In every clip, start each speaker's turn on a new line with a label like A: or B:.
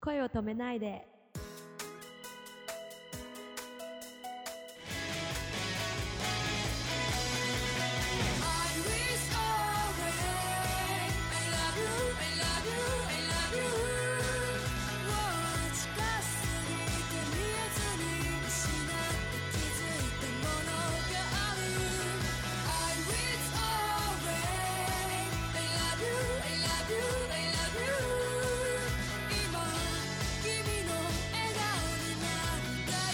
A: 声を止めないで。
B: Iris orange. I love you, I love you, I love you. もう近すぎて見えずに失って気づいたものがある。Iris orange. I love you, I love you, I love you. 今君の笑顔になりたい。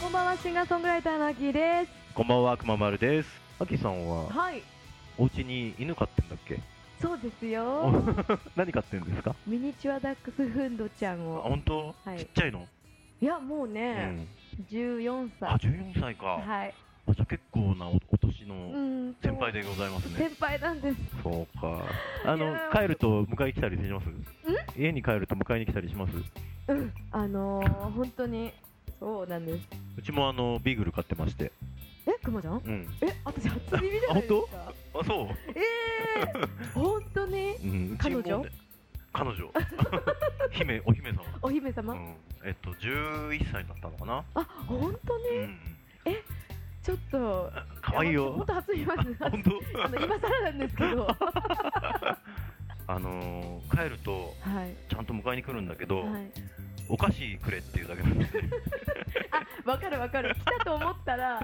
C: こんばんは、シンガーソングライターのあきーです。
D: こんばんは、くままるです。あきさんは、
C: はい、
D: お家に犬飼ってんだっけ
C: そうですよ。
D: 何飼ってんですか
C: ミニチュアダックスフンドちゃん
D: あ、
C: を。
D: 本当、
C: はい
D: ちっちゃいの、
C: いや、もう
D: う
C: ね、
D: ん。
C: 14
D: あ、
C: 歳。
D: 14歳か。
C: はい。
D: あじゃあ結構なおお年
C: う
D: の
C: ーんと
D: 先輩でございますね。
C: 先輩なんです。
D: そうか。あ
C: い
D: の
C: や、ー
D: 帰ると迎えに来たりします家に帰ると迎えに来たりします
C: うん、あのー、本当に。そうなんです。
D: うちもあの、ビーグル飼ってまして。
C: え、くまちゃん。
D: うん。
C: え、私初耳じゃないですか。
D: あ、そう
C: ええー、本当に。
D: うん。うち
C: 彼
D: も
C: 女
D: ね 彼女。姫、お姫様。
C: お姫
D: う
C: 様。
D: ん。えっと、11歳だったのかな
C: あ、本当
D: う
C: に。
D: ん。
C: ちょっと。
D: 可愛い
C: や本
D: よ
C: 当。初耳なんです。
D: 本当
C: あの、今更なんですけ ど。は
D: あのー帰ると
C: い。
D: ちゃんと迎えに来るんだけど、
C: はい。
D: お菓子くれっていうだけなんで すね
C: わかるわかる。来たと思った ら、あ、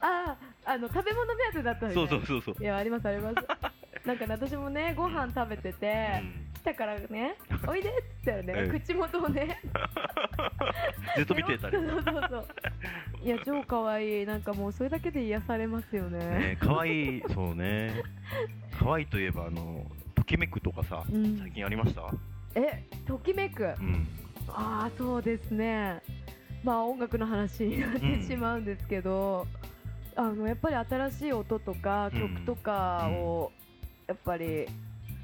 C: あ、あの食べ物目当てだったんで
D: そうそうそうそう、
C: いやありますあります。なんかね私もねご飯食べてて、
D: うん
C: 来たからね、おいでっつったらね、
D: ええ
C: 口元をね、
D: ずっと見てたり、
C: そうそうそう。いや超可愛い。なんかもうそれだけで癒されますよね。
D: ね、かわいいそうね可愛いといえばあのときめくとかさ
C: うん
D: 最近ありました
C: え、ときめく。
D: うん
C: ああそうですね。まあ音楽の話になってしまうんですけど、あのやっぱり新しい音とか
D: うん
C: 曲とかを、やっぱり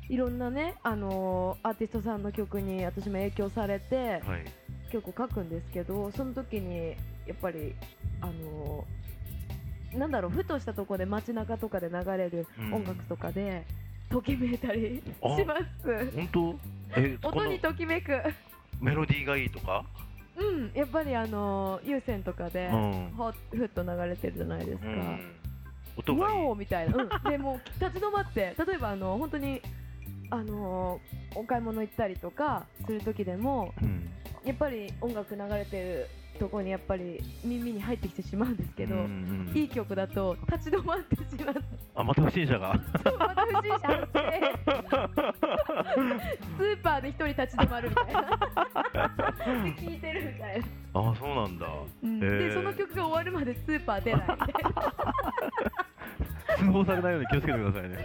C: いろんなねあのーアーティストさんの曲に私も影響されて
D: はい
C: 曲を書くんですけどその時にやっぱりあのーなんだろうふとしたところで街中とかで流れる
D: うん
C: 音楽とかで、ときめいたりし
D: あ
C: ます。
D: 本当えこ
C: 音
D: の
C: にときめく。
D: メロディーがいいとか
C: うん、やっぱりあのー有線とかで、
D: うん、
C: ほふっと流れてるじゃないです
D: う
C: か。
D: ん、音がいい
C: ワオみたいな、うん、でもう立ち止まって例えばあの本当にあのーお買い物行ったりとかする時でも
D: うん
C: やっぱり音楽流れてるとこにやっぱり耳に入ってきてしまうんですけど、
D: うんうん
C: いい曲だと立ち止まってしまって
D: あまた不審 者が
C: そうまた不審者発 生スーパーで一人立ち止まるみたいな で聞いてるみたいな、
D: あそうなんだ
C: うん
D: へー
C: でその曲が終わるまでスーパー出 ないみたいな
D: 通報されないように気をつけてください ね
C: ね、だ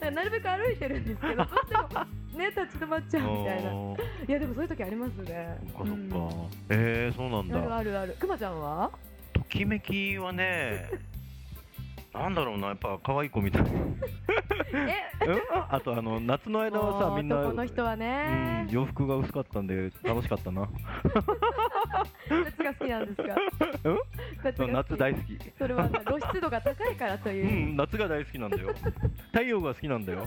C: からなるべく歩いてるんですけ ど、どうしても、ね、立ち止まっちゃうみたいな。い
D: おー
C: や、でも、そういう時ありますね。
D: そっかそっか、
C: うん
D: えー、そうなん
C: ある
D: だ
C: あるある、くまちゃんは。
D: ときめきはね なんだろうなやっぱ可愛い子みたいな
C: え、
D: あとあの夏の間は
C: も
D: さ
C: う
D: みんな
C: 男の人は
D: うん
C: ね、、
D: 洋服が薄かったんで楽しかったな
C: どっちが好きなん ですか。どっちが好き
D: 夏大好き
C: それはな露出度が高いからと
D: う
C: いう。
D: ん夏が大好きなんだよ太陽が好きな んだよ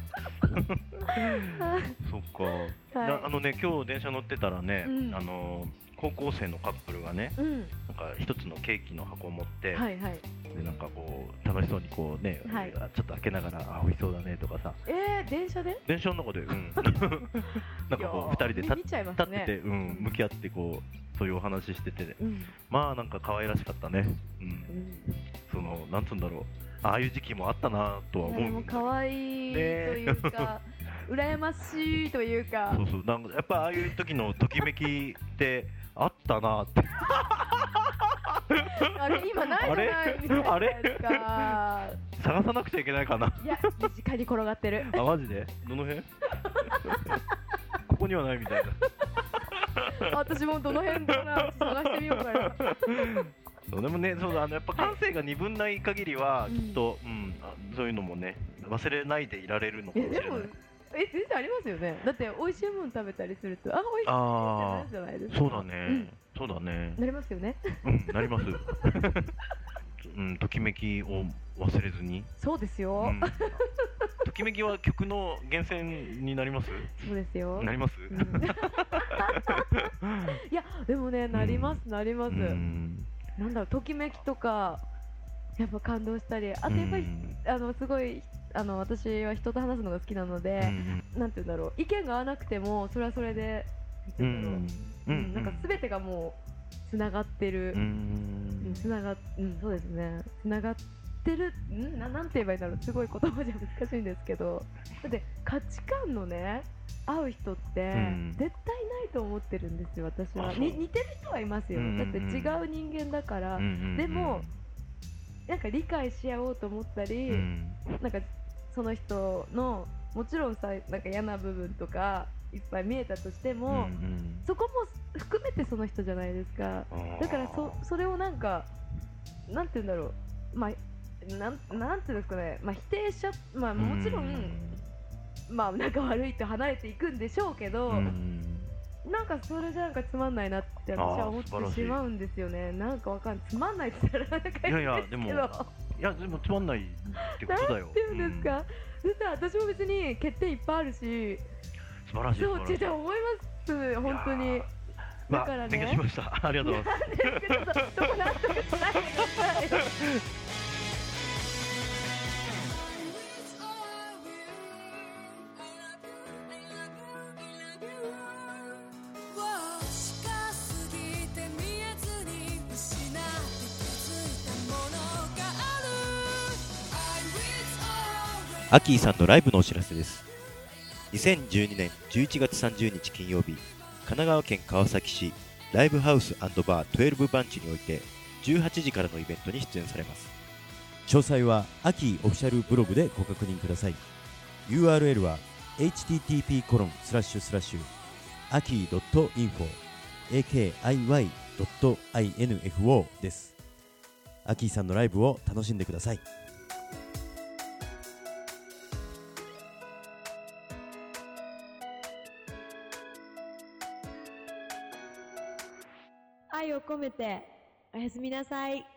D: そっか、なあ
C: は
D: のね今日電車乗ってたらね、
C: うん
D: あの高校生のカップルがね
C: い。うん、
D: なんか一つのケーキの箱を持って、
C: はいはい。
D: でなんかこう楽しそうにこうね、
C: はい
D: ちょっと開けながらあ美味しそうだねとかさ
C: えー、電車で。
D: 電車の中で、うん、 なんかこう二人で立っ
C: 見ちゃいま
D: 立
C: す
D: ってて、
C: ね。
D: うん、向き合ってこうそういうお話ししてて、
C: うん、
D: まあなんか可愛らしかったね、う、
C: うんん、
D: そのなんつうんだろうああいう時期もあったなとは思
C: で
D: う
C: も
D: んだけど
C: 可愛いというか、羨ましいという か
D: そ。うそうなんかやっぱああいう時のときめきってあったなって
C: あれ今ないじゃないみたいな
D: あれ
C: やつか
D: 探さなくちゃいけないかない
C: や身近に転がってる
D: あマジでどの辺 ここにはないみたいな
C: 私もどの辺かなちょっと探してみようか な
D: そうでもねそうだあのやっぱ感性が鈍んない限りは、
C: うん
D: きっと、うんあそういうのもね忘れないでいられるのか
C: い
D: も
C: や
D: し
C: で
D: れない
C: もえ全然ありますよねだって美味しいもの食べたりするとあ美味しいってな
D: あ
C: るじゃないです
D: あ
C: か
D: そうだね、
C: ん
D: そうだね
C: なりますよね
D: うんなります うんときめきを忘れずに
C: そうですよ、
D: うんとときめきは曲の源泉になります
C: そうですよ、
D: なります、
C: うん いやでもねなります、なりま
D: う
C: す、
D: ん
C: なんだろうときめきとかやっぱ感動したりあとやっぱり、あのすごいあの私は人と話すのが好きなの
D: う
C: で、
D: ん
C: なんて言うんだろう意見が合わなくてもそれはそれで、
D: う
C: なんて言うんだ
D: んう
C: ろううん
D: ん
C: なんか全てがもうつながってる
D: う、
C: うん
D: ん
C: つながうんそうですねつながってるんななんて言えばいいんだろうすごい言葉じゃ難しいんですけどだって価値観のね合う人って
D: ん
C: 絶対ないと思ってるんですよ私は、
D: あそう
C: に似てる人はいますよ、
D: うんうん
C: だ
D: う
C: っ
D: ん
C: て違う人間だから、
D: うん
C: でもなんか理解し合おうと思ったり、
D: うん
C: なんかその人のもちろんさなんか嫌な部分とかいっぱい見えたとして
D: う
C: も、
D: ん
C: そこも含めてその人じゃないですか
D: うん
C: だからそそれをなんかなんて言うんだろうまあなんなんていうんですかね、まあ、否定しちゃまあもちろん、まあ仲悪いって離れていくんでしょうけど、
D: うん
C: なんかそれじゃなんかつまんないなって私は思っ
D: あー素晴ら
C: て
D: しい
C: しまうんですよねなんかわかんないつまんないって言ったらなんか
D: いやいや
C: ですけど
D: でもいやでもつまんないってことだよ
C: っていうんですか、でさ私も別に欠点いっぱいあるし
D: うん素晴らしい
C: そう
D: 素晴らしい
C: ちょっと思います本当
D: い
C: に
D: やー
C: だからね
D: まあ、勉強しましたありがとうございま
C: なん
D: す
C: ですけどさどこなんとかしないでください
B: 近すぎて見えずに失って気づいたものがある I will always
A: アキーさんのライブのお知らせです2012年11月30日金曜日神奈川県川崎市ライブハウスバー12バンチにおいて18時からのイベントに出演されます
E: 詳細はアキーオフィシャルブログでご確認ください URL は http コロンスラッシュスラッシュアキー .info akiy.info ですアキーさんのライブを楽しんでください
F: 愛を込めておやすみなさい